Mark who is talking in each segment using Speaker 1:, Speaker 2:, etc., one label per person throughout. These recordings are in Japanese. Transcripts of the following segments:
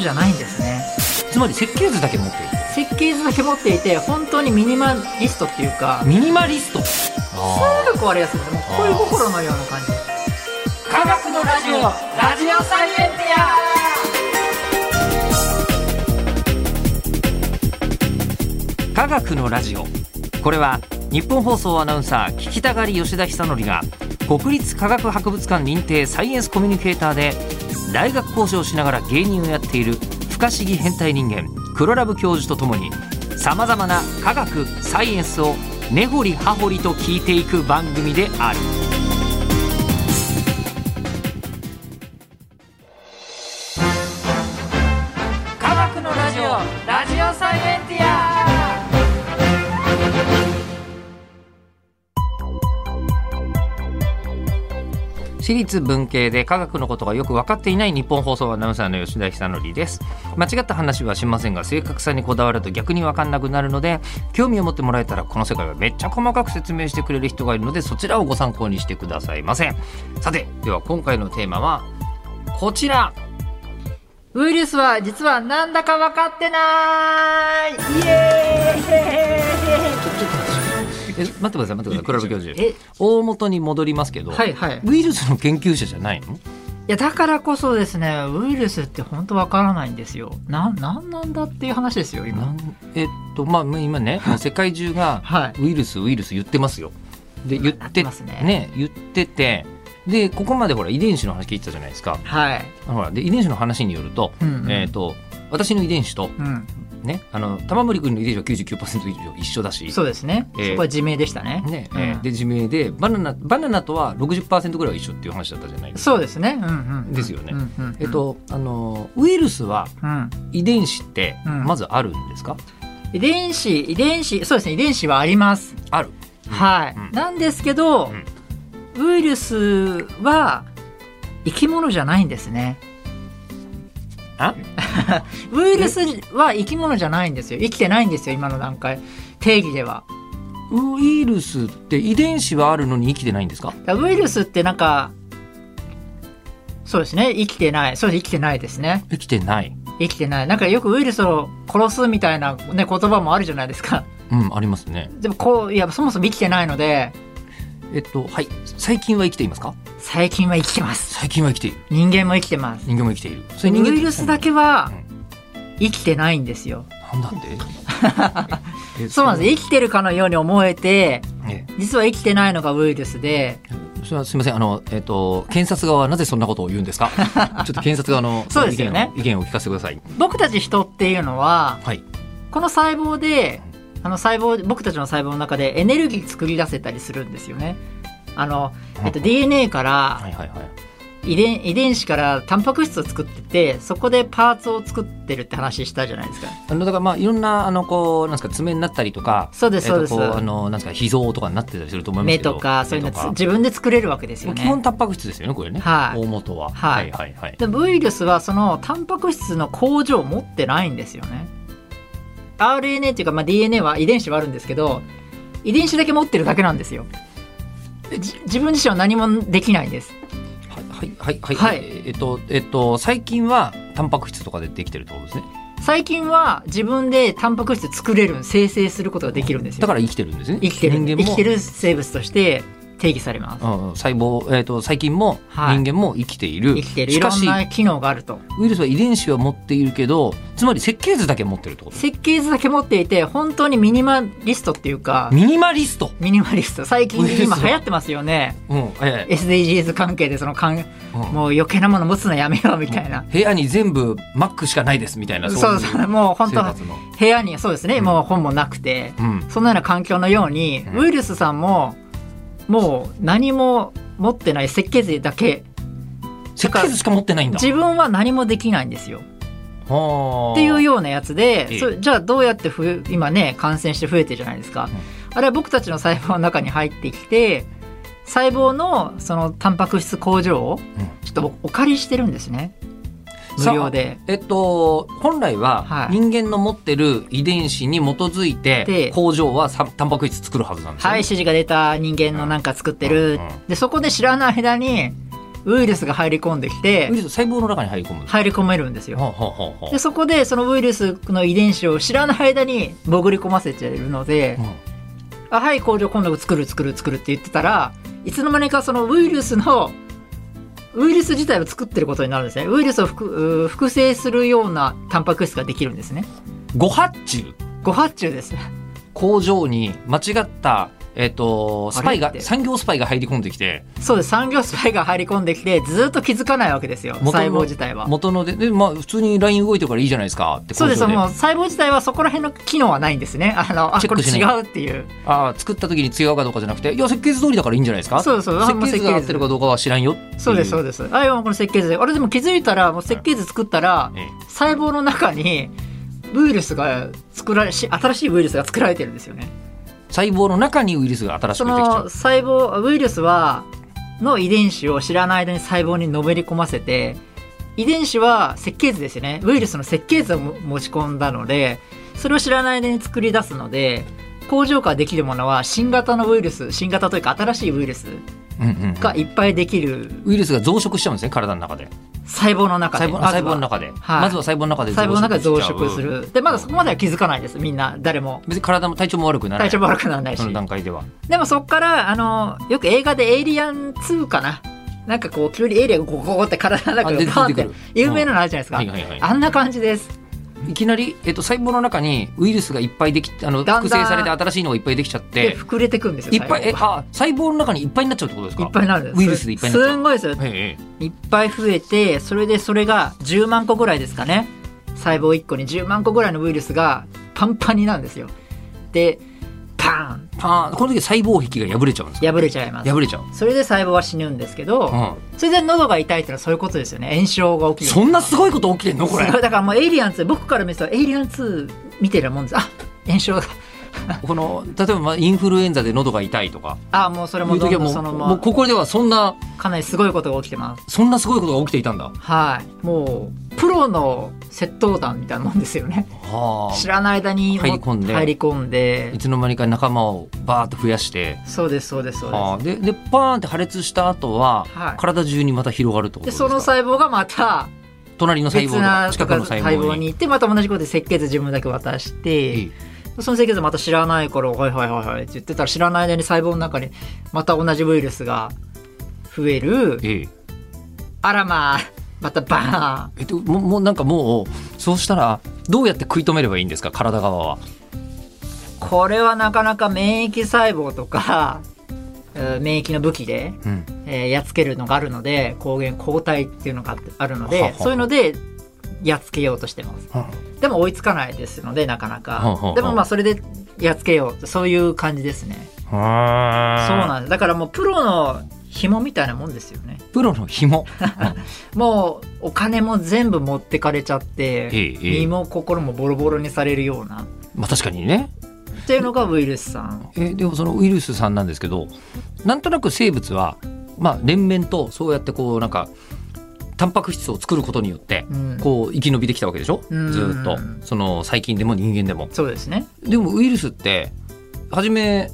Speaker 1: じゃないんですね
Speaker 2: つまり設計図だけ持っている
Speaker 1: 設計図だけ持っていて本当にミニマリストっていうか
Speaker 2: ミニマリストあ
Speaker 1: すぐ壊れやすいのでもう恋心のような感じ科学のラジオラジオサイエンテ
Speaker 2: ー科学のラジオこれは日本放送アナウンサー聞きたがり吉田久典が国立科学博物館認定サイエンスコミュニケーターで大学講師をしながら芸人をやっている不可思議変態人間黒ラブ教授とともにさまざまな科学サイエンスを根掘り葉掘りと聞いていく番組である
Speaker 1: 科学のラジオラジオサイエンティア
Speaker 2: 私立文系で科学のことがよく分かっていない日本放送アナウンサーの吉田久典です間違った話はしませんが正確さにこだわると逆に分かんなくなるので興味を持ってもらえたらこの世界はめっちゃ細かく説明してくれる人がいるのでそちらをご参考にしてくださいませさてでは今回のテーマはこちら
Speaker 1: ウイルスは実はなんだか分かってないイエ
Speaker 2: え待ってください待ってください黒部教授
Speaker 1: ーイえ
Speaker 2: 大元に戻りますけど、
Speaker 1: はいはいい
Speaker 2: ウイルスの研究者じゃないの
Speaker 1: やだからこそですねウイルスって本当わからないんですよなんなんなんだっていう話ですよ
Speaker 2: な
Speaker 1: 今
Speaker 2: んえっとまあ今ねもう世界中が
Speaker 1: はい
Speaker 2: ウイルスウイルス言ってますよ。で言
Speaker 1: な
Speaker 2: っ
Speaker 1: っててますね
Speaker 2: 言っててでここまでほら遺伝子の話聞いてたじゃないですか。
Speaker 1: はい
Speaker 2: ほらで遺伝子の話によると,、
Speaker 1: うんうん
Speaker 2: えっと私の遺伝子と
Speaker 1: うん
Speaker 2: ねあの玉森君の遺伝子は99%以上一緒だし。
Speaker 1: そうですね、
Speaker 2: えー
Speaker 1: そこは自明でしたね
Speaker 2: ね
Speaker 1: うん
Speaker 2: えーで自明でバナナバナナとは60%ぐらいは一緒っていう話だったじゃないですか。
Speaker 1: そうですねうんうん
Speaker 2: ですよね
Speaker 1: うんうんうん
Speaker 2: えっと、あのウイルスは
Speaker 1: うん
Speaker 2: 遺伝子って
Speaker 1: うん
Speaker 2: まずあるんですか、
Speaker 1: 遺伝子遺伝子そうですね遺伝子はあります、
Speaker 2: ある
Speaker 1: はい、
Speaker 2: うん
Speaker 1: なんですけど、ウイルスは生き物じゃないんですね
Speaker 2: あ
Speaker 1: ウイルスは生き物じゃないんですよ生きてないんですよ今の段階定義では
Speaker 2: ウイルスって遺伝子はあるのに生きてないんですか
Speaker 1: だからウイルスってなんかそうですね生きてないそうです生きてないですね
Speaker 2: 生きてない。
Speaker 1: 生きてないなんかよくウイルスを殺すみたいな、ね、言葉もあるじゃないですか
Speaker 2: うん、ありますね。
Speaker 1: でもこういやそもそも生きてないので
Speaker 2: えっと、はい。最近は生きていますか
Speaker 1: 最近は生きてます
Speaker 2: 最近は生きている。
Speaker 1: 人間も生きてます
Speaker 2: 人間も生きている。そ
Speaker 1: ウイルスだけは
Speaker 2: う
Speaker 1: 生きてないんですよ。
Speaker 2: なんだって え
Speaker 1: そうなんです。生きてるかのように思えて、
Speaker 2: え
Speaker 1: 実は生きてないのがウイルスで、
Speaker 2: えそれはすみません。あの、えっと、検察側はなぜそんなことを言う んですかちょっと検察側の
Speaker 1: そうですよね
Speaker 2: 意見を意見を聞かせてください。
Speaker 1: 僕たち人っていうのは、
Speaker 2: はい。
Speaker 1: この細胞で、あの細胞、僕たちの細胞の中でエネルギー作り出せたりするんですよね。あの、えっと、DNA か
Speaker 2: は
Speaker 1: ら
Speaker 2: いはいはい。
Speaker 1: 遺伝、遺伝子からタンパク質を作ってて、そこでパーツを作ってるって話したじゃないですか。
Speaker 2: あの、だからまあ、いろんな、あの、こう、なんですか、爪になったりとか、
Speaker 1: そうです、
Speaker 2: えっ
Speaker 1: そう
Speaker 2: と
Speaker 1: です
Speaker 2: こ。あの、なんですか、脾臓とかになってたりすると思います
Speaker 1: 目
Speaker 2: けど。
Speaker 1: とか、そういうの
Speaker 2: 目
Speaker 1: つ
Speaker 2: とか
Speaker 1: 自分で作れるわけですよね。
Speaker 2: 基本タンパク質ですよね、これね。
Speaker 1: はい
Speaker 2: 大元は。
Speaker 1: はい
Speaker 2: はいはい。
Speaker 1: でウイルスはそのタンパク質の工場を持ってないんですよね RNA っていうか、まあ、DNA は遺伝子はあるんですけど遺伝子だけ持ってるだけなんですよじ自分自身は何もできないです
Speaker 2: はいはいはい、は
Speaker 1: はいい、
Speaker 2: えっとえっと最近はタンパク質とかでできてるってことですね
Speaker 1: 最近は自分でタンパク質作れる生成することができるんです
Speaker 2: だ
Speaker 1: よ
Speaker 2: から生きてるんですね
Speaker 1: 生きてる
Speaker 2: 人
Speaker 1: 生
Speaker 2: 間も
Speaker 1: きてる生物として定義されます
Speaker 2: うん細胞、えっと細菌も
Speaker 1: はい
Speaker 2: 人間も生きている、
Speaker 1: 生きてるい
Speaker 2: し
Speaker 1: ろ
Speaker 2: か
Speaker 1: ん
Speaker 2: し
Speaker 1: な機能があると
Speaker 2: ウイルスは遺伝子は持っているけどつまり設計図だけ持ってるってこと
Speaker 1: 設計図だけ持っていて本当にミニマリストっていうか
Speaker 2: ミニマリスト、
Speaker 1: ミニマリスト最近
Speaker 2: ウイルス
Speaker 1: 今
Speaker 2: は
Speaker 1: 流行ってますよね
Speaker 2: うんええ
Speaker 1: SDGs 関係でそのかん
Speaker 2: うん
Speaker 1: もう余計なもの持つのやめようみたいな。
Speaker 2: 部屋に全部マックしかないですみたいな
Speaker 1: そうそう、もう本
Speaker 2: 生
Speaker 1: 当
Speaker 2: 活の、
Speaker 1: 部屋に、そうですね、
Speaker 2: うん
Speaker 1: もう本もなくて、
Speaker 2: うん、
Speaker 1: そんなような環境のように、
Speaker 2: うん
Speaker 1: ウイルスさんも、もう何も持ってない設計図だけ、
Speaker 2: 設計図しか持ってないんだ
Speaker 1: 自分は何もできないんですよ。
Speaker 2: はあ
Speaker 1: っていうようなやつ
Speaker 2: ええ
Speaker 1: で、それじゃあどうやってふ今ね、感染して増えてるじゃないですか。あれは僕たちの細胞の中に入ってきて、細胞のそのタンパク質工場を
Speaker 2: うん
Speaker 1: ちょっとおお借りしてるんですね。無
Speaker 2: さあ
Speaker 1: 料で。
Speaker 2: えっと、本来は
Speaker 1: はい
Speaker 2: 人間の持ってる遺伝子に基づいて
Speaker 1: で
Speaker 2: 工場はさタンパク質作るはずなんですよ
Speaker 1: はい、
Speaker 2: ね。
Speaker 1: 指示が出た人間のなんか作ってる。
Speaker 2: うんうん
Speaker 1: で、そこで知らない間に、ウイルスが入り込んできて
Speaker 2: ウイルス細胞の中に入り込むんです
Speaker 1: 入り込めるんですよ
Speaker 2: はあはあはあはあ
Speaker 1: でそこでそのウイルスの遺伝子を知らない間に潜り込ませちゃいるので
Speaker 2: うん
Speaker 1: 「あはい工場今度作る作る作る」って言ってたらいつの間にかそのウイルスのウイルス自体を作ってることになるんですねウイルスを複うー複製するようなタンパク質ができるんですね
Speaker 2: 誤発注
Speaker 1: ご発注です
Speaker 2: 工場に間違ったえっ、とスパイ
Speaker 1: あ
Speaker 2: が
Speaker 1: れって
Speaker 2: 産業スパイが入り込んできて
Speaker 1: そうです産業スパイが入り込んできてずっと気づかないわけですよ
Speaker 2: 元の
Speaker 1: 細胞自体は
Speaker 2: 元のででまあ普通にライン動いてるからいいじゃないですかって
Speaker 1: そうです
Speaker 2: 工場
Speaker 1: もう細胞自体はそこら辺の機能はないんですねあのあ
Speaker 2: チェッ
Speaker 1: こ
Speaker 2: ク
Speaker 1: れ
Speaker 2: し
Speaker 1: 違
Speaker 2: な
Speaker 1: うっていう
Speaker 2: ああ作った時に違うかどうかじゃなくていや設計図通りだからいいんじゃないですか
Speaker 1: そうそうあ
Speaker 2: 設
Speaker 1: もう
Speaker 2: 計図が合ってるかどうかは知らんよってい
Speaker 1: そうですそう
Speaker 2: で
Speaker 1: ですあ今この設計図であれでも気づいたらもう設計図作ったら細胞の中にウイルスが作られし新しいウイルスが作られてるんですよね
Speaker 2: 細胞の中にウイルスが新し
Speaker 1: そ
Speaker 2: くできちゃ
Speaker 1: の
Speaker 2: う
Speaker 1: 細胞ウイルスはの遺伝子を知らない間に細胞にのめり込ませて遺伝子は設計図ですよねウイルスの設計図をも持ち込んだのでそれを知らない間に作り出すので工場化できるものは新型のウイルス新型というか新しいウイルス
Speaker 2: うんうんうん
Speaker 1: がいっぱいできる
Speaker 2: ウイルスが増殖しちゃうんですね体の中で
Speaker 1: 細胞の中で
Speaker 2: 細胞
Speaker 1: まずは
Speaker 2: 細胞の中で、
Speaker 1: はい
Speaker 2: まずは細胞の中で
Speaker 1: 細胞の中で増殖す
Speaker 2: しちゃう
Speaker 1: るでまだそこまでは気づかないですみんな誰も
Speaker 2: 別に体も体調も悪くならない
Speaker 1: 体調も悪くならないし
Speaker 2: その段階では
Speaker 1: でもそっからあのよく映画で「エイリアン2」かななんかこう急にエイリアンがゴゴゴって体の中
Speaker 2: あ
Speaker 1: に
Speaker 2: で
Speaker 1: バーンっ
Speaker 2: 出て
Speaker 1: て
Speaker 2: くる
Speaker 1: 有名なのあるじゃないですか、
Speaker 2: はいはいはい
Speaker 1: あんな感じです
Speaker 2: いきなり、えっと、細胞の中にウイルスがいっぱいできあの
Speaker 1: だんだん
Speaker 2: 複製されて新しいのがいっぱいできちゃっ
Speaker 1: で
Speaker 2: て
Speaker 1: 膨れてくんですよ
Speaker 2: いっぱい
Speaker 1: 細
Speaker 2: え
Speaker 1: 胞が
Speaker 2: あ細胞の中にいっぱいになっちゃうってことですか
Speaker 1: いっぱいになるんです
Speaker 2: ウイルスでいっぱいに
Speaker 1: す
Speaker 2: なっちゃうん
Speaker 1: ごいですよ
Speaker 2: えええ
Speaker 1: いっぱい増えてそれでそれが10万個ぐらいですかね細胞1個に10万個ぐらいのウイルスがパンパンになるんですよでパ
Speaker 2: えあーこの時細胞壁が破れちゃうんです
Speaker 1: ー
Speaker 2: か
Speaker 1: ン破れちゃいます
Speaker 2: 破れちゃう、
Speaker 1: それで細胞は死ぬんですけど、
Speaker 2: う
Speaker 1: それで喉が痛いってのはそういうことですよね炎症が起
Speaker 2: ん、
Speaker 1: きる
Speaker 2: そんなすごいこと起きてんのこれ
Speaker 1: すごいだからもうエイリアン2僕から見るとエイリアン2見てるもんですあ炎症が
Speaker 2: この例えばまあインフルエンザで喉が痛いとか
Speaker 1: あもうそれ
Speaker 2: い
Speaker 1: も
Speaker 2: う
Speaker 1: どん
Speaker 2: 時は
Speaker 1: ど
Speaker 2: も
Speaker 1: ん
Speaker 2: う
Speaker 1: そのま
Speaker 2: もうここではそんな
Speaker 1: かなりすごいことが起きてます
Speaker 2: そんなすごいことが起きていたんだ
Speaker 1: はいもうプロの窃盗団みたいなもんですよね
Speaker 2: は
Speaker 1: 知らない間にもう
Speaker 2: 入り込んで
Speaker 1: 入り込ん
Speaker 2: あい
Speaker 1: で
Speaker 2: つの間にか仲間をバーッと増やして
Speaker 1: そうですそうですそうです
Speaker 2: あーででパーンって破裂した後は、
Speaker 1: はい
Speaker 2: 体中にまた広がるってこと
Speaker 1: で
Speaker 2: です
Speaker 1: そ
Speaker 2: か
Speaker 1: の細胞がまた
Speaker 2: 隣の細
Speaker 1: 別
Speaker 2: 胞
Speaker 1: な
Speaker 2: の近くの細
Speaker 1: 細
Speaker 2: 胞
Speaker 1: 胞
Speaker 2: に
Speaker 1: に行ってまた同じことで設計図自分だけ渡して、
Speaker 2: え
Speaker 1: その設計図また知らないから「はいはいはいはい」って言ってたら知らない間に細胞の中にまた同じウイルスが増える
Speaker 2: えええ
Speaker 1: あらまあまたバーン
Speaker 2: えっともうもうなんかもうそうしたらどうやって食い止めればいいんですか体側は
Speaker 1: これはなかなか免疫細胞とかうん免疫の武器で、
Speaker 2: うん
Speaker 1: えーやっつけるのがあるので抗原抗体っていうのがあってあるの
Speaker 2: はは
Speaker 1: でそういうのでやっつけようとしてます
Speaker 2: は
Speaker 1: でも追いつかないですのでなかな
Speaker 2: はあはあは
Speaker 1: か
Speaker 2: あ
Speaker 1: でもまあそれでやっつけようそういう感じですねそう
Speaker 2: あ
Speaker 1: なんですだからもうプロの紐みたいなもんですよね
Speaker 2: プロの紐
Speaker 1: もうお金も全部持ってかれちゃって、
Speaker 2: ええええ
Speaker 1: 身も心もボロボロにされるような
Speaker 2: まあ確かにね
Speaker 1: っていうのがウイルスさん。
Speaker 2: えーでもそのウイルスさんなんですけどなんとなく生物は、まあ、連綿とそうやってこうなんかタンパク質を作ることによって
Speaker 1: うん、
Speaker 2: こう生き延びてきたわけでしょず
Speaker 1: うん
Speaker 2: ーっとその細菌でも人間でも
Speaker 1: そうですね。
Speaker 2: でもウイルスって初め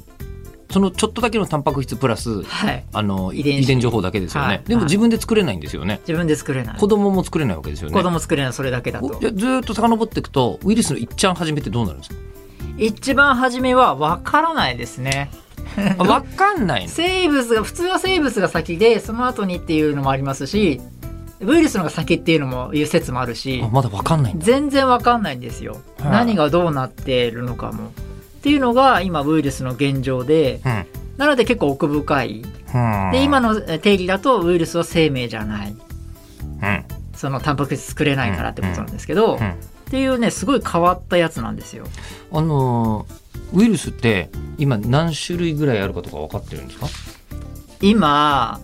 Speaker 2: そのちょっとだけのタンパク質プラス
Speaker 1: はい。
Speaker 2: あの遺
Speaker 1: 遺伝
Speaker 2: 伝
Speaker 1: 子
Speaker 2: 情報だけですよね、
Speaker 1: はい
Speaker 2: で
Speaker 1: は
Speaker 2: も
Speaker 1: い
Speaker 2: 自分で作れないんですよね
Speaker 1: 自分で作れない。
Speaker 2: 子
Speaker 1: 子
Speaker 2: 供も作れないわけですよね
Speaker 1: 供作れないそれだけだ
Speaker 2: お
Speaker 1: と
Speaker 2: じ。ゃあずーっと遡っていくとウイルスのいっちゃん初めってどうなるんですか
Speaker 1: 一番初めはわからないですね。
Speaker 2: あわかんないの
Speaker 1: 生物が普通は生物が先でその後にっていうのもありますし、ウイルスのが先っていうのもいう説もあるし
Speaker 2: あ、まだわかんないんだ
Speaker 1: 全然わかんないんですよ。
Speaker 2: はい
Speaker 1: 何がどうなっているのかも。っていうのが今ウイルスの現状で、
Speaker 2: うん
Speaker 1: なので結構奥深い。で今
Speaker 2: の、
Speaker 1: のえ定義だとウイルスは生命じゃない
Speaker 2: うん
Speaker 1: そのタンパク質作れないからってことなんですけど、
Speaker 2: うん
Speaker 1: っていうねすごい変わったやつなんですよ
Speaker 2: あのーウイルスって今何種類ぐらいあるかとか分かってるんですか
Speaker 1: 今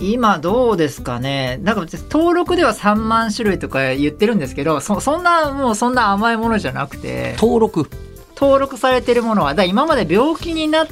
Speaker 1: 今どうですかねなんか登録では3万種類とか言ってるんですけどそそんなもうそんな甘いものじゃなくて
Speaker 2: 登録
Speaker 1: 登録されてるものはだから今まで病気になっ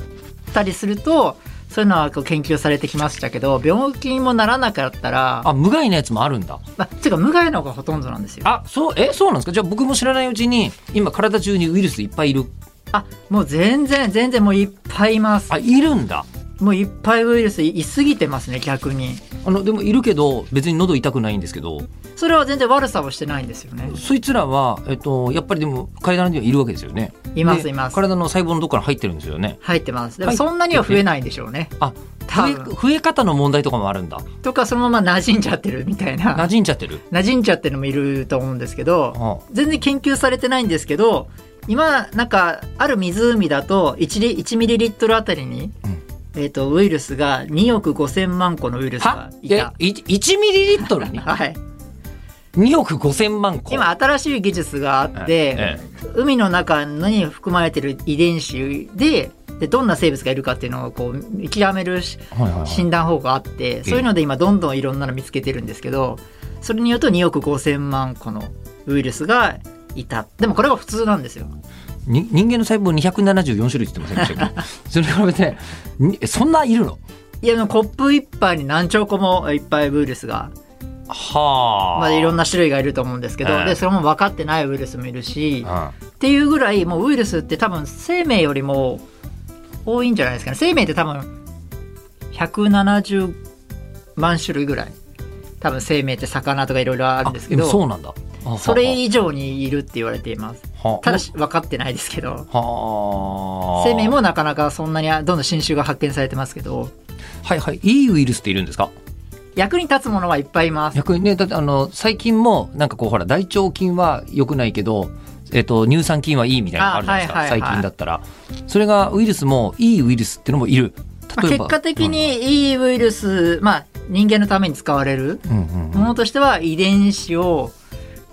Speaker 1: たりするとそういうのはこう研究されてきましたけど病気にもならなかったら
Speaker 2: あ無害なやつもあるんだ
Speaker 1: まあ、ていうか無害の方がほとんどなんですよ
Speaker 2: あそうえそうなんですかじゃあ僕も知らないうちに今体中にウイルスいっぱいいる
Speaker 1: あもう全然全然もういっぱいいます
Speaker 2: あいるんだ
Speaker 1: もういっぱいウイルスいいすぎてますね逆に
Speaker 2: あのでもいるけど別に喉痛くないんですけど
Speaker 1: それは全然悪さをしてないんですよね
Speaker 2: そいつらは、えっと、やっぱりでも階段にはいるわけですよね
Speaker 1: います
Speaker 2: で
Speaker 1: います
Speaker 2: 体の細胞のどこから入ってるんですよね
Speaker 1: 入ってますでも
Speaker 2: はい
Speaker 1: そんなには増えないんでしょうね
Speaker 2: あ
Speaker 1: 多
Speaker 2: 増え
Speaker 1: 分
Speaker 2: 増え方の問題とかもあるんだ
Speaker 1: とかそのまま馴染んじゃってるみたい
Speaker 2: 馴
Speaker 1: な
Speaker 2: 染んじゃってる
Speaker 1: 馴染んじゃってるのもいると思うんですけど
Speaker 2: あ
Speaker 1: 全然研究されてないんですけど今なんかある湖だと 1, リ1ミリリットルあたりに、
Speaker 2: うん
Speaker 1: えー、とウイルスが2億5,000万個のウイルスが
Speaker 2: は
Speaker 1: いた。
Speaker 2: えい1ミリリット ルに
Speaker 1: はい、
Speaker 2: 2億5千万個
Speaker 1: 今新しい技術があって、
Speaker 2: ええ
Speaker 1: 海の中に含まれてる遺伝子ででどんな生物がいるかっていうのをこう見極めるし
Speaker 2: はいはいはい
Speaker 1: 診断方法があってそういうので今どんどんいろんなの見つけてるんですけどそれによると2億5,000万個のウイルスがいたでもこれは普通なんですよ
Speaker 2: に人間の細胞274種類って言ってませんでしたっ けそれに比べてにえそんないるの
Speaker 1: いやでもコップ一杯に何兆個もいっぱいウイルスが
Speaker 2: はあ、
Speaker 1: まあ、いろんな種類がいると思うんですけど、
Speaker 2: ええ
Speaker 1: でそれも分かってないウイルスもいるし、
Speaker 2: な、
Speaker 1: っていうぐらいもうウイルスって多分生命よりも多いんじゃないですかね生命って多分170万種類ぐらい多分生命って魚とかいろいろあ
Speaker 2: う
Speaker 1: る
Speaker 2: ん、
Speaker 1: んですけ
Speaker 2: あでもそ
Speaker 1: ど
Speaker 2: うなんだあ
Speaker 1: それ以上にいるって言われています
Speaker 2: はあ
Speaker 1: ただし分かってないですけど
Speaker 2: はあ
Speaker 1: 生命もなかなかそんなにどんどん新種が発見されてますけど
Speaker 2: はいはいいいウイルスっているんですか
Speaker 1: 役に立つものはいっぱいいます
Speaker 2: 逆にねだってあの最近もなんかこうほら大腸菌は良くないけど、えっと、乳酸菌はいいみたいなのあるじゃないですか、
Speaker 1: あはいはいはい
Speaker 2: 最近だったらそれがウイルスもいいウイルスっていうのもいる
Speaker 1: まあ
Speaker 2: 例え
Speaker 1: 結
Speaker 2: ば、
Speaker 1: 果的にいいウイルス、まあ、人間のために使われる
Speaker 2: うん、うんうん
Speaker 1: ものとしては遺伝子を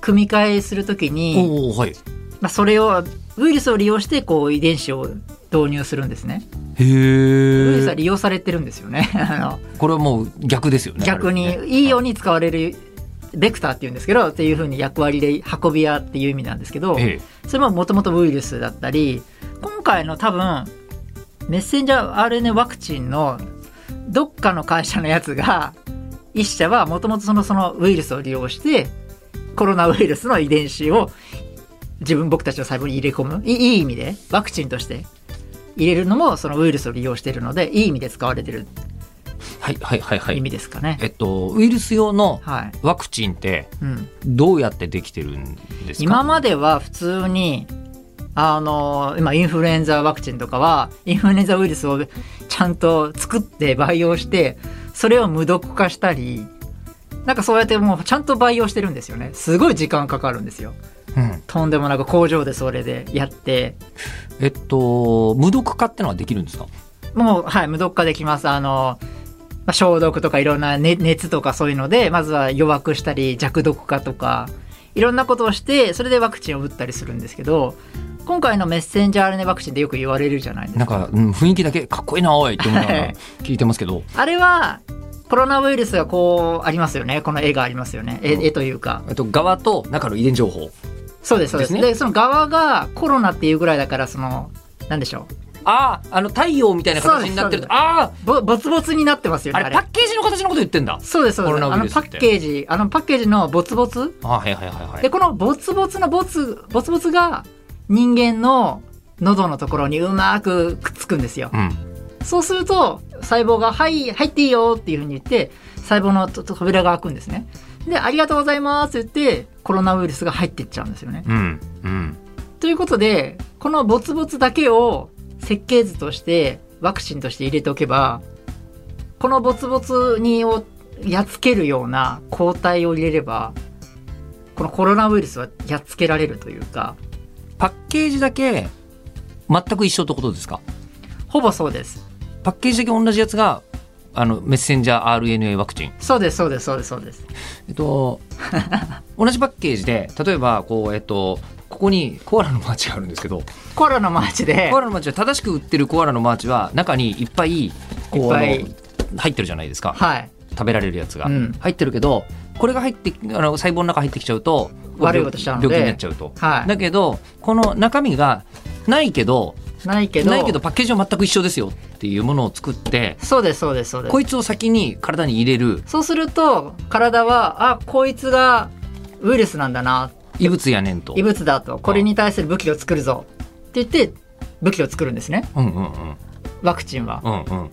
Speaker 1: 組み換えするときに、
Speaker 2: おおはいへ
Speaker 1: まあ、それをウイルスを利用してこう遺伝子を導入するんですね。ウイルスは
Speaker 2: え
Speaker 1: 利用されてるんですよね。 あの
Speaker 2: これはもう逆ですよね
Speaker 1: 逆
Speaker 2: あ
Speaker 1: に
Speaker 2: る意味ね
Speaker 1: いいように使われるベクターっていうんですけどっていうふうに役割で運び屋っていう意味なんですけど
Speaker 2: ええ
Speaker 1: それももともとウイルスだったり今回の多分メッセンジャー RNA ワクチンのどっかの会社のやつが一社はもともとそのそのウイルスを利用してコロナウイルスの遺伝子を自分僕たちの細胞に入れ込むいいい意味でワクチンとして入れるのもそのウイルスを利用しているのでいい意味で使われてる
Speaker 2: はいはいはいは
Speaker 1: 意
Speaker 2: い
Speaker 1: 味ですかね。
Speaker 2: えっとウイルス用の
Speaker 1: はい
Speaker 2: ワクチンって
Speaker 1: うん、
Speaker 2: どうやってできてるんですか
Speaker 1: 今までは普通にあの今インフルエンザワクチンとかはインフルエンザウイルスをちゃんと作って培養してそれを無毒化したりなんかそうやってもうちゃんと培養してるんですよねすごい時間かかるんですよ
Speaker 2: うん
Speaker 1: とんでもなく工場でそれでやって
Speaker 2: えっと無毒化ってのはできるんですか
Speaker 1: もうはい無毒化できますあのまあ消毒とかいろんな、ね、熱とかそういうのでまずは弱くしたり弱毒化とかいろんなことをしてそれでワクチンを打ったりするんですけど今回のメッセンジャー RNA ワクチンってよく言われるじゃないです
Speaker 2: な
Speaker 1: か
Speaker 2: んか、うん、雰囲気だけかっこいいなおいって思いなが
Speaker 1: は
Speaker 2: ら
Speaker 1: い
Speaker 2: 聞いてますけど、
Speaker 1: あれはコロナウイルスがこうありますよねこの絵がありますよね絵,、
Speaker 2: うん
Speaker 1: 絵というか
Speaker 2: えっと側と中の遺伝情報
Speaker 1: そうですそうです
Speaker 2: で
Speaker 1: です
Speaker 2: ね
Speaker 1: その側がコロナっていうぐらいだからそのなんでしょ
Speaker 2: あああの太陽みたいな形になってる
Speaker 1: そうですそうです
Speaker 2: あ
Speaker 1: うぼボツボツになってますよ
Speaker 2: あ
Speaker 1: ね
Speaker 2: あ
Speaker 1: あ
Speaker 2: れ
Speaker 1: れ
Speaker 2: パッケージの形のこと言ってんだ
Speaker 1: そうですそう
Speaker 2: コ
Speaker 1: です
Speaker 2: ロ
Speaker 1: あ
Speaker 2: ナウイ
Speaker 1: の
Speaker 2: ルス
Speaker 1: パ
Speaker 2: って
Speaker 1: ッケージあのパッケージのボツボツ
Speaker 2: あはいはいはいはい
Speaker 1: でこのボツボツのボツボツボツが人間の喉のところにうまくくっつくんですよ
Speaker 2: うん
Speaker 1: そうすると細胞が「はい入っていいよ」っていうふうに言って細胞のと扉が開くんですねで「ありがとうございます」って言ってコロナウイルスが入っていっちゃうんですよね
Speaker 2: うんうん
Speaker 1: ということでこのボツボツだけを設計図としてワクチンとして入れておけばこのボツボツにをやっつけるような抗体を入れればこのコロナウイルスはやっつけられるというか
Speaker 2: パッケージだけ全く一緒ってことですか
Speaker 1: ほぼそうです。
Speaker 2: パッケージだけ同じやつがあのメッセンジャー RNA ワクチン
Speaker 1: そうです、そうです、そうです、そうです。
Speaker 2: え っと、同じパッケージで例えばこう、えっと、ここにコアラのマーチがあるんですけど
Speaker 1: コラのマーチで
Speaker 2: コア、ラのマーチは正しく売ってるコアラのマーチは中にいっぱいこう
Speaker 1: いっぱい
Speaker 2: あの入ってるじゃないですか
Speaker 1: はい、
Speaker 2: 食べられるやつが、
Speaker 1: うん
Speaker 2: 入ってるけどこれが入ってあの細胞の中入ってきちゃうと
Speaker 1: 悪いことしちゃうので
Speaker 2: 病気になっちゃうと、
Speaker 1: は
Speaker 2: だけどこの中身がないけど
Speaker 1: い。ないけど、
Speaker 2: ないけどパッケージは全く一緒ですよっていうものを作って
Speaker 1: そうです、そうです、そうです
Speaker 2: こ。いつを先に体に入れる
Speaker 1: そうすると、体は、あ、こいつがウイルスなんだな、
Speaker 2: 異物やねんと。
Speaker 1: 異物だと、これに対する武器を作るぞって言って、武器を作るんですね、
Speaker 2: うんうんうん
Speaker 1: ワクチンは。
Speaker 2: うんうん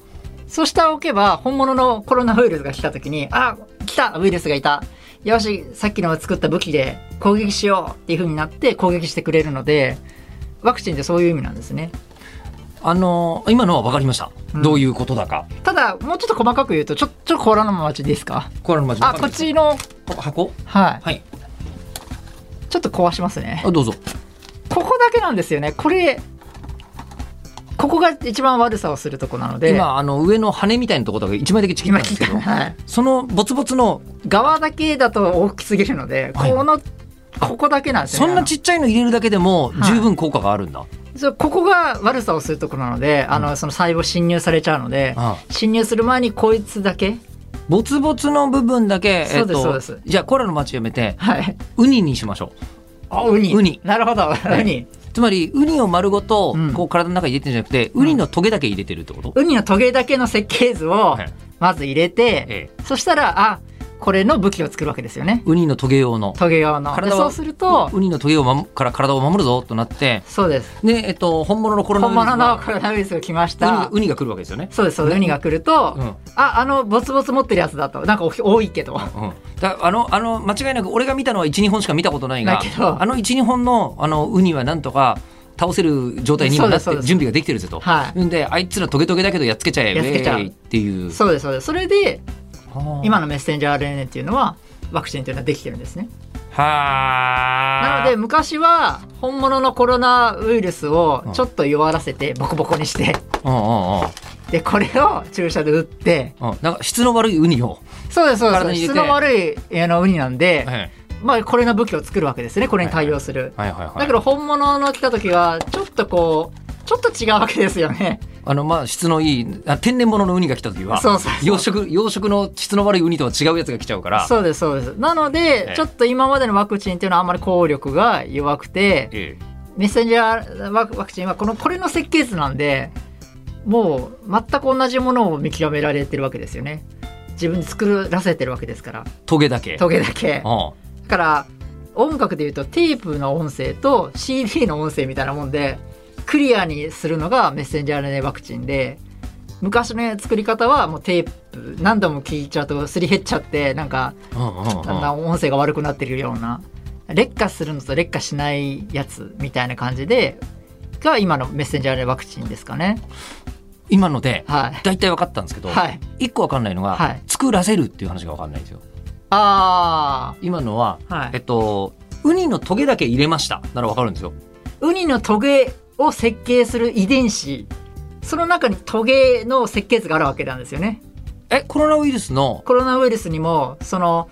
Speaker 1: そうしておけば本物のコロナウイルスが来た時にあ来たウイルスがいたよしさっきの作った武器で攻撃しようっていう風になって攻撃してくれるのでワクチンってそういう意味なんですね
Speaker 2: あの今のは分かりました、
Speaker 1: うん
Speaker 2: どういうことだか
Speaker 1: ただもうちょっと細かく言うとちょちょっとコロナの街ですか
Speaker 2: コラのマジ
Speaker 1: あこっちの
Speaker 2: 箱
Speaker 1: はい
Speaker 2: はい
Speaker 1: ちょっと壊しますね
Speaker 2: あどうぞ
Speaker 1: ここだけなんですよねこれここが一番悪さをするとこなので
Speaker 2: 今あの上の羽みたいなところだけ一枚だけちぎったん
Speaker 1: 今
Speaker 2: です
Speaker 1: 切
Speaker 2: け
Speaker 1: っ
Speaker 2: ど
Speaker 1: た、はい、
Speaker 2: そのボツボツの
Speaker 1: 側だけだと大きすぎるので、
Speaker 2: はい
Speaker 1: このここだけなんですよ
Speaker 2: そ
Speaker 1: ね
Speaker 2: んなちっちゃいの入れるだけでも
Speaker 1: はい
Speaker 2: 十分効果があるんだ、
Speaker 1: そうここが悪さをするところなので、あ
Speaker 2: う
Speaker 1: のその細胞侵入されちゃうので、
Speaker 2: ああ
Speaker 1: 侵入する前にこいつだけ
Speaker 2: ボツボツの部分だけ、
Speaker 1: そうです
Speaker 2: と
Speaker 1: そうです
Speaker 2: じゃあコラの町やめて
Speaker 1: はい
Speaker 2: ウニにしましょ
Speaker 1: あウニ
Speaker 2: ウニ
Speaker 1: なるほど、
Speaker 2: い
Speaker 1: ウニ
Speaker 2: うつまりウニを丸ごと
Speaker 1: うん
Speaker 2: こう体の中に入れてるんじゃなくて、
Speaker 1: ん
Speaker 2: ウニのトゲだけ入れてるってこと、
Speaker 1: ウニのトゲだけの設計図を
Speaker 2: はい
Speaker 1: まず入れて、
Speaker 2: ええ
Speaker 1: そしたらあこれの武器を作るわけですよね
Speaker 2: ウニのトゲ用の
Speaker 1: トゲ用ので
Speaker 2: 体は
Speaker 1: そうすると
Speaker 2: ウニのトゲを守から体を守るぞとなって
Speaker 1: そうです
Speaker 2: で、えっと、本物のコロナウ
Speaker 1: 本
Speaker 2: イルス
Speaker 1: 物の
Speaker 2: が
Speaker 1: コロナウイルスが来まし
Speaker 2: ウニ
Speaker 1: た
Speaker 2: ウニが来るわけですよね。
Speaker 1: そうですそうですウニが来ると、
Speaker 2: うん
Speaker 1: ああのボツボツ持ってるやつだとなんかお多いけど
Speaker 2: うん、だあのあの間違いなく俺が見たのは12本しか見たことないが
Speaker 1: だけど
Speaker 2: あの12本のあのウニはなんとか倒せる状態にもなって
Speaker 1: そうですそうです
Speaker 2: 準備ができてるぜと。
Speaker 1: はい
Speaker 2: んであいつらトゲトゲだけどやっつけちゃえ
Speaker 1: やっつけちゃう
Speaker 2: ウェイっていう
Speaker 1: そうですそうですそれで
Speaker 2: 今
Speaker 1: 今のメッセンジャー RNA っていうのはワクチンというのはできてるんですね
Speaker 2: はあ
Speaker 1: なので昔は本物のコロナウイルスをちょっと弱らせてボコボコにして
Speaker 2: うん
Speaker 1: でこれを注射で打って
Speaker 2: うんうんうんなんか質の悪いウニを、
Speaker 1: そうですそう
Speaker 2: 体
Speaker 1: で
Speaker 2: に
Speaker 1: す
Speaker 2: 入れ
Speaker 1: 質
Speaker 2: て
Speaker 1: の悪いあのウニなんで、
Speaker 2: はい
Speaker 1: まあ、これの武器を作るわけですねこれに対応する、
Speaker 2: はいはい
Speaker 1: だけど本物の来た時はちょっとこうちょっと違うわけですよね
Speaker 2: あのまあ質のいいあ天然物のウニが来た時は
Speaker 1: そうそうそう
Speaker 2: 養殖養殖の質の悪いウニとは違うやつが来ちゃうから
Speaker 1: そうですそうですなの
Speaker 2: え
Speaker 1: で
Speaker 2: え
Speaker 1: ちょっと今までのワクチンっていうのはあんまり効力が弱くて
Speaker 2: ええ
Speaker 1: メッセンジャーワクワクチンはこのこれの設計図なんでもう全く同じものを見極められてるわけですよね自分で作らせてるわけですから
Speaker 2: トゲだけ
Speaker 1: トゲだけだ
Speaker 2: うん
Speaker 1: から音楽でいうとテープの音声と CD の音声みたいなもんでクリアにするのがメッセンジャー RNA ワクチンで昔の作り方はもうテープ何度も聞いちゃうとすり減っちゃってなんか
Speaker 2: うんうんうん
Speaker 1: だんだん音声が悪くなってるような劣化するのと劣化しないやつみたいな感じでが今のメッセンジャー RNA ワクチンですかね
Speaker 2: 今ので
Speaker 1: はい
Speaker 2: 大体分かったんですけど、
Speaker 1: はい
Speaker 2: 一個分かんないのが、
Speaker 1: はい
Speaker 2: 作らせるっていう話が分かんないんですよ
Speaker 1: あ
Speaker 2: 今のは、
Speaker 1: あは
Speaker 2: えっ
Speaker 1: い
Speaker 2: とウニのトゲだけ入れましたなら分かるんですよ
Speaker 1: ウニのトゲを設計する遺伝子その中にトゲの設計図があるわけなんですよね
Speaker 2: えコロナウイルスの
Speaker 1: コロナウイルスにもその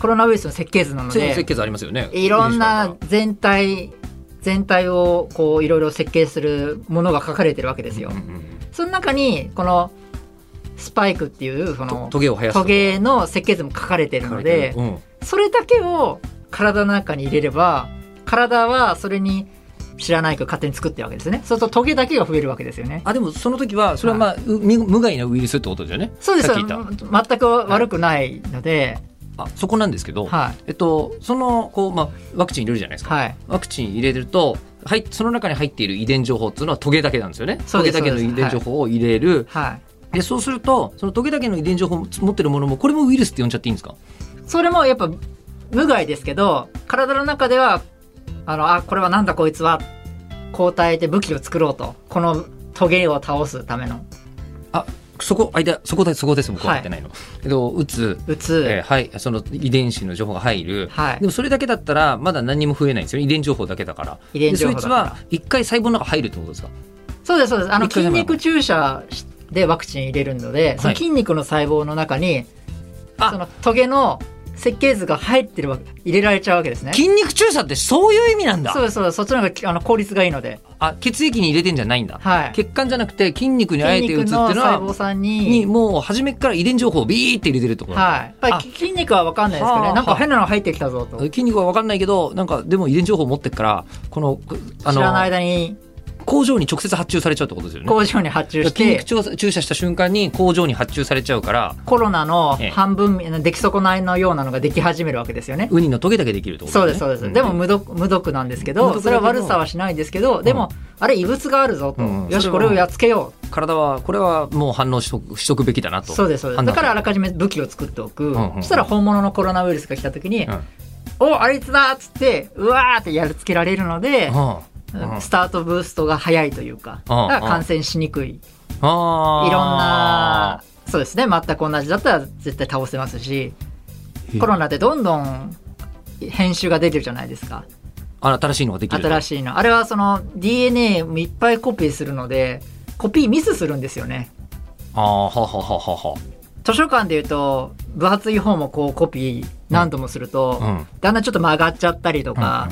Speaker 1: コロナウイルスの設計図なの
Speaker 2: 生設
Speaker 1: で
Speaker 2: 計図ありますよね
Speaker 1: いろん
Speaker 2: ウイ
Speaker 1: な
Speaker 2: ル
Speaker 1: 全体全体をこういろいろ設計するものが書かれてるわけです
Speaker 2: スだ
Speaker 1: よ
Speaker 2: からうんうんうん
Speaker 1: その中にこのスパイクっていうそ
Speaker 2: と
Speaker 1: の
Speaker 2: トゲを生やす
Speaker 1: トゲの設計図も書かれてるので
Speaker 2: うん
Speaker 1: それだけを体の中に入れれば体はそれに知らないか勝手に作ってるわけですねそうするとトゲだけが増えるわけですよね
Speaker 2: あでもその時はそれはまあ、う無無害なウイルスってことですよね
Speaker 1: そうです
Speaker 2: さっき言っ
Speaker 1: 全く悪くないので
Speaker 2: たあそこなんですけど、
Speaker 1: はい
Speaker 2: えっとそのこう、まあ、ワクチン入れるじゃないですか、
Speaker 1: はい
Speaker 2: ワクチン入れると、はい、その中に入っている遺伝情報っていうのはトゲだけなんですよね。
Speaker 1: そ
Speaker 2: ト
Speaker 1: う
Speaker 2: ゲ
Speaker 1: です
Speaker 2: だけの遺伝情報を入れる。
Speaker 1: はい
Speaker 2: でそうするとそのトゲだけの遺伝情報を持ってるものもこれもウイルスって呼んじゃっていいんですか
Speaker 1: それもやっぱ無害ですけど体の中ではあのあこれはなんだこいつは抗体で武器を作ろうとこのトゲを倒すための
Speaker 2: そこ間そこでそこです僕は
Speaker 1: は
Speaker 2: や
Speaker 1: い
Speaker 2: ってないの。えっと打つ、
Speaker 1: うつ、
Speaker 2: えーはい、その遺伝子の情報が入る。
Speaker 1: はい
Speaker 2: でもそれだけだったらまだ何にも増えないんですよね遺伝情報だけだから
Speaker 1: 遺伝情報
Speaker 2: で
Speaker 1: だ
Speaker 2: そ
Speaker 1: か
Speaker 2: いつ
Speaker 1: ら
Speaker 2: は一回細胞の中入るってことですか
Speaker 1: そうですそうですあの
Speaker 2: 一回で
Speaker 1: 筋
Speaker 2: も
Speaker 1: 肉注射でワクチン入れるので、そ
Speaker 2: はい
Speaker 1: の筋肉の細胞の中に
Speaker 2: あ
Speaker 1: そのトゲの設計図が入ってるわけ入れられちゃうわけですね
Speaker 2: 筋肉注射ってそういう意味なんだ
Speaker 1: そうですそうですそっちの方があの効率がいいので
Speaker 2: あ血液に入れてんじゃないんだ、
Speaker 1: はい
Speaker 2: 血管じゃなくて筋肉にあえ
Speaker 1: 筋
Speaker 2: て打つっ
Speaker 1: 肉
Speaker 2: てい
Speaker 1: の
Speaker 2: うの
Speaker 1: 細
Speaker 2: は
Speaker 1: 胞さん
Speaker 2: に
Speaker 1: に
Speaker 2: もう初めから遺伝情報をビーって入れてるところ、
Speaker 1: はいやっぱ
Speaker 2: あ
Speaker 1: り筋肉は分かんないですけど
Speaker 2: はあ
Speaker 1: ねなんか
Speaker 2: はあ
Speaker 1: 変なの入ってきたぞと
Speaker 2: 筋肉は分かんないけどなんかでも遺伝情報持ってっからこのあの
Speaker 1: 知らない間に
Speaker 2: 工場に直接発注されちゃうってことですよね
Speaker 1: 工場に発注し
Speaker 2: 筋肉
Speaker 1: て
Speaker 2: 注射注射した瞬間に工場に発注されちゃうから
Speaker 1: コロナの
Speaker 2: ええ
Speaker 1: 半分出来損ないのようなのができ始めるわけですよね
Speaker 2: ウニのトゲだけできるってこと
Speaker 1: そうですそうです、
Speaker 2: ん
Speaker 1: でも無毒無毒なんですけ
Speaker 2: 無
Speaker 1: ど
Speaker 2: 毒
Speaker 1: そ
Speaker 2: だ
Speaker 1: れ
Speaker 2: けど
Speaker 1: は悪さはしないんですけど、でもあれ異物があるぞと、
Speaker 2: うん
Speaker 1: よ
Speaker 2: そ
Speaker 1: し
Speaker 2: れは
Speaker 1: これをやっつけよ
Speaker 2: 体はこれはもう反応しとくしとくべきだな
Speaker 1: う
Speaker 2: と
Speaker 1: そうですそうです
Speaker 2: 判
Speaker 1: だ
Speaker 2: 断
Speaker 1: からあらかじめ武器を作っておく、
Speaker 2: んうんう
Speaker 1: そ
Speaker 2: ん
Speaker 1: したら本物のコロナウイルスが来た時に「
Speaker 2: うん
Speaker 1: おあいつだ!」っつってうわーってやるつけられるので、
Speaker 2: うんうん
Speaker 1: スタートブーストが早いというか、
Speaker 2: うん
Speaker 1: だから感染しにくい、い
Speaker 2: あ
Speaker 1: ろん
Speaker 2: ー
Speaker 1: なそうですね全く同じだったら絶対倒せますし
Speaker 2: え
Speaker 1: コロナってどんどん編集が出てるじゃないですか
Speaker 2: あ新しいのができる
Speaker 1: 新しいのあれはその DNA もいっぱいコピーするのでコピーミスするんですよね
Speaker 2: ああはははは
Speaker 1: 図書館でいうと分厚い方もこうコピー何度もすると、
Speaker 2: はうん
Speaker 1: だんだんちょっと曲がっちゃったりとか、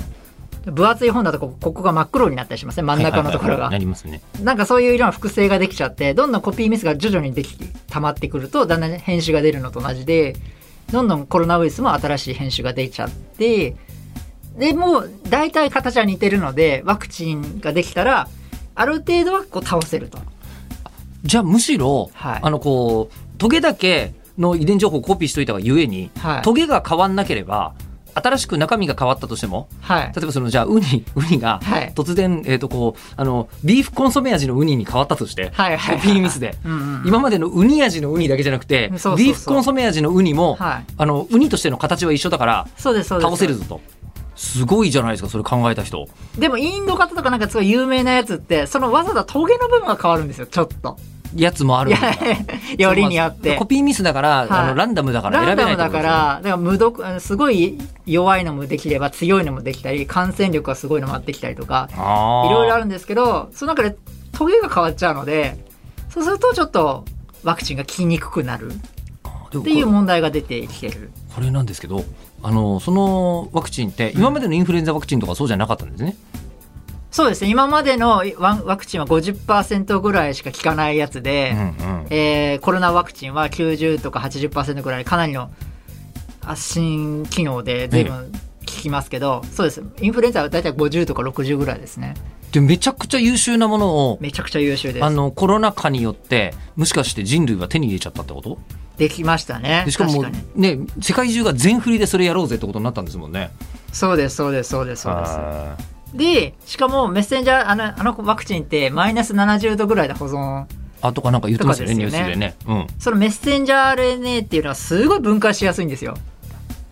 Speaker 1: 分厚い本だとここここが真っ黒になったりしますね真ん中のところ
Speaker 2: はいはいはいは
Speaker 1: が
Speaker 2: いなりますね
Speaker 1: なんかそういう色の複製ができちゃってどんどんコピーミスが徐々にできて溜まってくるとだんだん編集が出るのと同じでどんどんコロナウイルスも新しい編集が出ちゃってでもう大体形は似てるのでワクチンができたらある程度はこう倒せると
Speaker 2: じゃあむしろ、
Speaker 1: はい
Speaker 2: あのこうトゲだけの遺伝情報をコピーしといたがゆえに、
Speaker 1: はい
Speaker 2: トゲが変わんなければ新しく中身が変わったとしても
Speaker 1: はい
Speaker 2: 例えばそのじゃあウニウニが
Speaker 1: はい
Speaker 2: 突然、えっ、とこうあのビーフコンソメ味のウニに変わったとして、
Speaker 1: はいはい
Speaker 2: コピーミスで、
Speaker 1: うんうん
Speaker 2: 今までのウニ味のウニだけじゃなくて
Speaker 1: そうそうそう
Speaker 2: ビーフコンソメ味のウニも、
Speaker 1: はい
Speaker 2: あのウニとしての形は一緒だから
Speaker 1: そうですそうです
Speaker 2: 倒せるぞとすごいじゃないですかそれ考えた人
Speaker 1: でもインド型とかなんかすごい有名なやつってそのわざわざトゲの部分が変わるんですよちょっと
Speaker 2: やつもある
Speaker 1: い
Speaker 2: んだ
Speaker 1: やよりによっ
Speaker 2: そうま
Speaker 1: て
Speaker 2: あコピーミスだから、
Speaker 1: い
Speaker 2: あのランダムだから
Speaker 1: ラ
Speaker 2: 選
Speaker 1: ンダ
Speaker 2: べない
Speaker 1: ム
Speaker 2: ってこ
Speaker 1: だ
Speaker 2: と
Speaker 1: か
Speaker 2: ですね
Speaker 1: ら、だから無毒、あのすごい弱いのもできれば強いのもできたり、感染力がすごいのもあってきたりとか、
Speaker 2: あー
Speaker 1: いろいろあるんですけど、その中でトゲが変わっちゃうので、そうするとちょっとワクチンが効きにくくなるっ
Speaker 2: でも
Speaker 1: ていう問題が出てきてる。
Speaker 2: これなんですけどあのそのワクチンって今までのインフルエンザワクチンとかそうじゃなかったんですね、
Speaker 1: そうですね、今までのワワクチンは50%ぐらいしか効かないやつで、
Speaker 2: うん
Speaker 1: えーコロナワクチンは90とか80%ぐらいかなりの発信機能で随分効きますけど、そうですインフルエンザは大体50とか60ぐらいですね
Speaker 2: でめちゃくちゃ優秀なものを
Speaker 1: めちゃくちゃ優秀です
Speaker 2: あのコロナ禍によってもしかして人類は手に入れちゃったってこと
Speaker 1: できましたね
Speaker 2: でしかも
Speaker 1: 確かに
Speaker 2: ね世界中が全振りでそれやろうぜってことになったんですもんね
Speaker 1: そうですそうですそうですそうです
Speaker 2: あ
Speaker 1: でしかもメッセンジャーあのあのワクチンってマイナス70度ぐらいで保存
Speaker 2: ーあとかなんか言ってますよね
Speaker 1: とか
Speaker 2: ニュ
Speaker 1: です
Speaker 2: ース
Speaker 1: よ
Speaker 2: で
Speaker 1: ね
Speaker 2: ね、うん、
Speaker 1: そのメッセンジャー RNA っていうのはすごい分解しやすいんですよ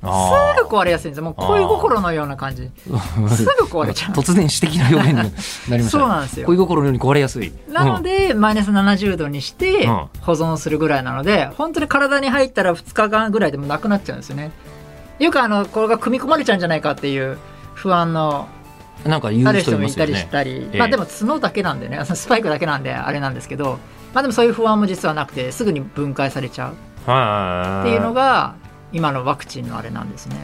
Speaker 2: あ
Speaker 1: すぐ壊れやすいんですよもう恋心のような感じ
Speaker 2: ー
Speaker 1: すぐ壊れちゃう
Speaker 2: 突然私的な表現になりましたね
Speaker 1: そうなんですよ
Speaker 2: 恋心のように壊れやすい
Speaker 1: なの、で、マイナス70度にして
Speaker 2: うん
Speaker 1: 保存するぐらいなので、本当に体に入ったら2日間ぐらいでもなくなっちゃうんですよね。よくあの、これが組み込まれちゃうんじゃないかっていう不安の
Speaker 2: うんなんか言
Speaker 1: あ
Speaker 2: う
Speaker 1: る
Speaker 2: 人
Speaker 1: 人
Speaker 2: い
Speaker 1: も
Speaker 2: ま
Speaker 1: い
Speaker 2: す
Speaker 1: た
Speaker 2: よ
Speaker 1: り
Speaker 2: ね
Speaker 1: したり、
Speaker 2: ええ
Speaker 1: まあでも角だけなんでね、あのスパイクだけなんであれなんですけど、まあでもそういう不安も実はなくて、すぐに分解されちゃう
Speaker 2: は
Speaker 1: っ
Speaker 2: い
Speaker 1: ていうのが、今のワクチンのあれなんですね。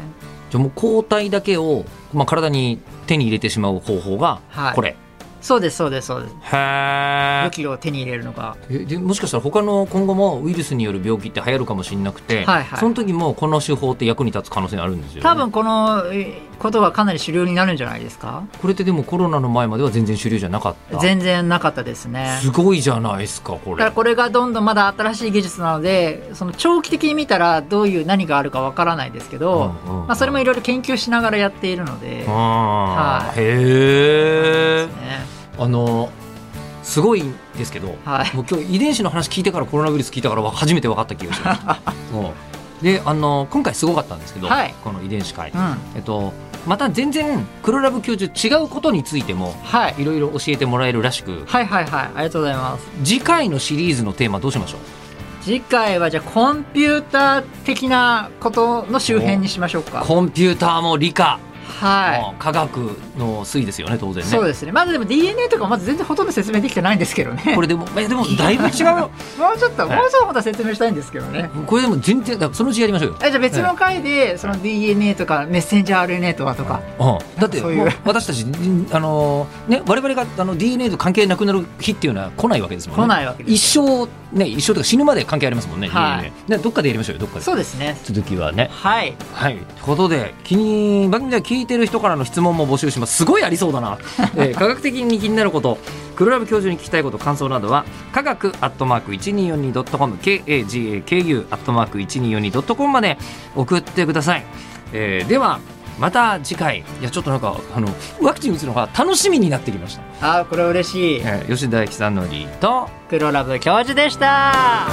Speaker 2: じゃあもう抗体だけを、まあ、体に手に入れてしまう方法が
Speaker 1: はい
Speaker 2: これ、
Speaker 1: そうです、そうです、そうです。
Speaker 2: は
Speaker 1: 武器を手に入れるのが、
Speaker 2: えでもしかしたら他の今後もウイルスによる病気って流行るかもしれなくて、
Speaker 1: はいはい
Speaker 2: その時もこの手法って役に立つ可能性あるんですよ、ね、
Speaker 1: 多分このえことがかなり主流になるんじゃないですか
Speaker 2: これってでもコロナの前までは全然主流じゃなかった
Speaker 1: 全然なかったですね。
Speaker 2: すごいじゃないですか
Speaker 1: だか
Speaker 2: これ
Speaker 1: らこれがどんどんまだ新しい技術なのでその長期的に見たらどういう何があるかわからないですけど、
Speaker 2: うんうんうん
Speaker 1: まあ、それもいろいろ研究しながらやっているので、
Speaker 2: あ
Speaker 1: は
Speaker 2: ーへえ
Speaker 1: ね
Speaker 2: あのすごいですけど、
Speaker 1: はい、
Speaker 2: もう今日遺伝子の話聞いてからコロナウイルス聞いたからわ初めて分かった気がし ます。うんであの今回すごかったんですけど、
Speaker 1: はい
Speaker 2: この遺伝子会、
Speaker 1: うん
Speaker 2: えっと、また全然黒ラブ教授違うことについても
Speaker 1: はい、
Speaker 2: いろいろ教えてもらえるらしく
Speaker 1: はいはいはいありがとうございます
Speaker 2: 次回のシリーズのテーマどうしましょう
Speaker 1: 次回はじゃあコンピューター的なことの周辺にしましょうか
Speaker 2: コンピューターも理科、
Speaker 1: は
Speaker 2: もう科学の推移ですよね当然
Speaker 1: い
Speaker 2: ね。
Speaker 1: そうですねまずでも DNA とかまず全然ほとんど説明できてないんですけどね
Speaker 2: これでもえでもだいぶ違 うよ
Speaker 1: もうちょっと、
Speaker 2: はい
Speaker 1: もうちょっと本当は説明したいんですけどね
Speaker 2: これでも全然だからそのうちやりましょうよ。
Speaker 1: えじゃあ別の回でその DNA とかメッセンジャー RNA とはとか
Speaker 2: うん、だって
Speaker 1: そういう
Speaker 2: もう私たち、んあのーね、我々があの DNA と関係なくなる日っていうのは来ないわけですもんね。
Speaker 1: 来ないわけです
Speaker 2: 一生、ね、一生とか死ぬまで関係ありますもんね、
Speaker 1: はい
Speaker 2: DNA。ねどっかでやりましょうよ、どっかで。
Speaker 1: そうですね
Speaker 2: 続きはね。
Speaker 1: はい
Speaker 2: はい。ということで、気に、番組では気聞いてる人からの質問も募集しますすごいありそうだな、えー科学的に気になること黒ラブ教授に聞きたいこと感想などは科学アットマーク 1242.com KAGAKU アットマーク 1242.com まで送ってください、えーではまた次回いやちょっとなんかあのワクチン打つのが楽しみになってきました、
Speaker 1: あーこれ嬉しい
Speaker 2: えー吉田大樹さんのりと
Speaker 1: 黒ラブ教授でした